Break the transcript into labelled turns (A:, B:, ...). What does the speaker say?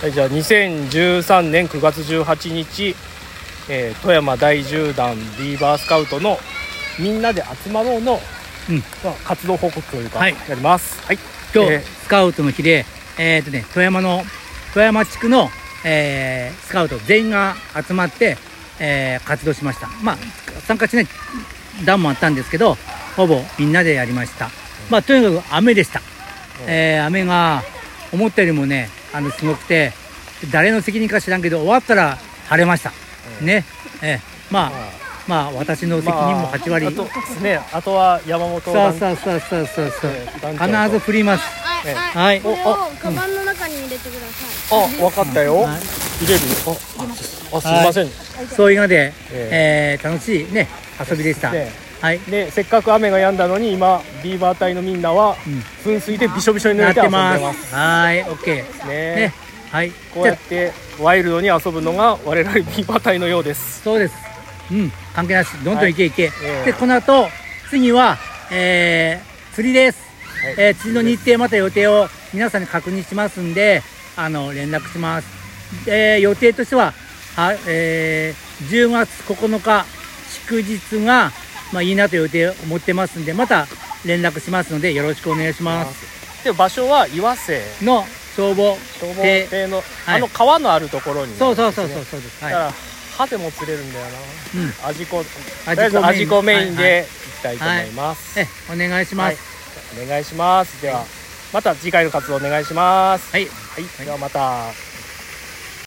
A: はい、じゃあ2013年9月18日、えー富山第10弾ビーバースカウトの「みんなで集まろうの」
B: うん
A: まあ活動報告というか、
B: はい
A: やりますはい
B: 今日、
A: えー
B: スカウトの日で、えーとね、富山の富山地区の、えースカウト全員が集まって、えー活動しました、まあ、参加しない段もあったんですけどほぼみんなでやりました、まあ、とにかく雨でした、
A: うん
B: えー雨が思ったよりもねあのすごくて誰の責任か知らんけど終わったら晴れました、
A: うん
B: ねえーまあ
A: まあ
B: まあ私の責任も8割、
A: まあ、あとですねあとは山本
B: さあ
A: 団
B: さあさあさあさあさ
A: えー団長
B: あ必ず振ります
A: ええ
C: あ、あ、
B: はい
C: これ
A: お
C: をカバンの中に入れてくださ
A: あ分かったよ、
B: はい
A: 入れるよああすいません、
B: そういうので、
A: え
B: えー楽しいね遊びでした。
A: ね
B: はい、
A: でせっかく雨が止んだのに今ビーバー隊のみんなは
B: うん
A: 噴水でびしょびしょに濡
B: な
A: れ
B: って
A: 遊
B: て
A: んで
B: ま。
A: ますす
B: はーい、オッケー。
A: ね
B: ね、はい、
A: こうやっ
B: じゃ
A: てワイルドに遊ぶのが我々ビーバー隊のようです
B: あそうです。うん、関係なし、どんどん行け行け。
A: ええ
B: で、この後、次は、えー釣りです。
A: はい
B: えー釣りの日程また予定を皆さんに確認しますんで、あの連絡します。えー予定としては、はえー10月9日祝日がまあいいなという予定を持ってますんで、また連絡しますのでよろしくお願いします。
A: で場所は岩瀬
B: の消防
A: 消防
B: で
A: 艇の、
B: はい
A: あの川のあるところに、
B: そうそうそうそう
A: ですね
B: そうです、
A: だ
B: は
A: か
B: い
A: らハゼも釣れるんだよ
B: うん、
A: なアジコと
B: ア
A: りあえずアジコメイン
B: はいは
A: で行きたいと思います、
B: いえお願いします
A: お願いしますではまた次回の活動お願いします
B: はい、
A: はい、ではまた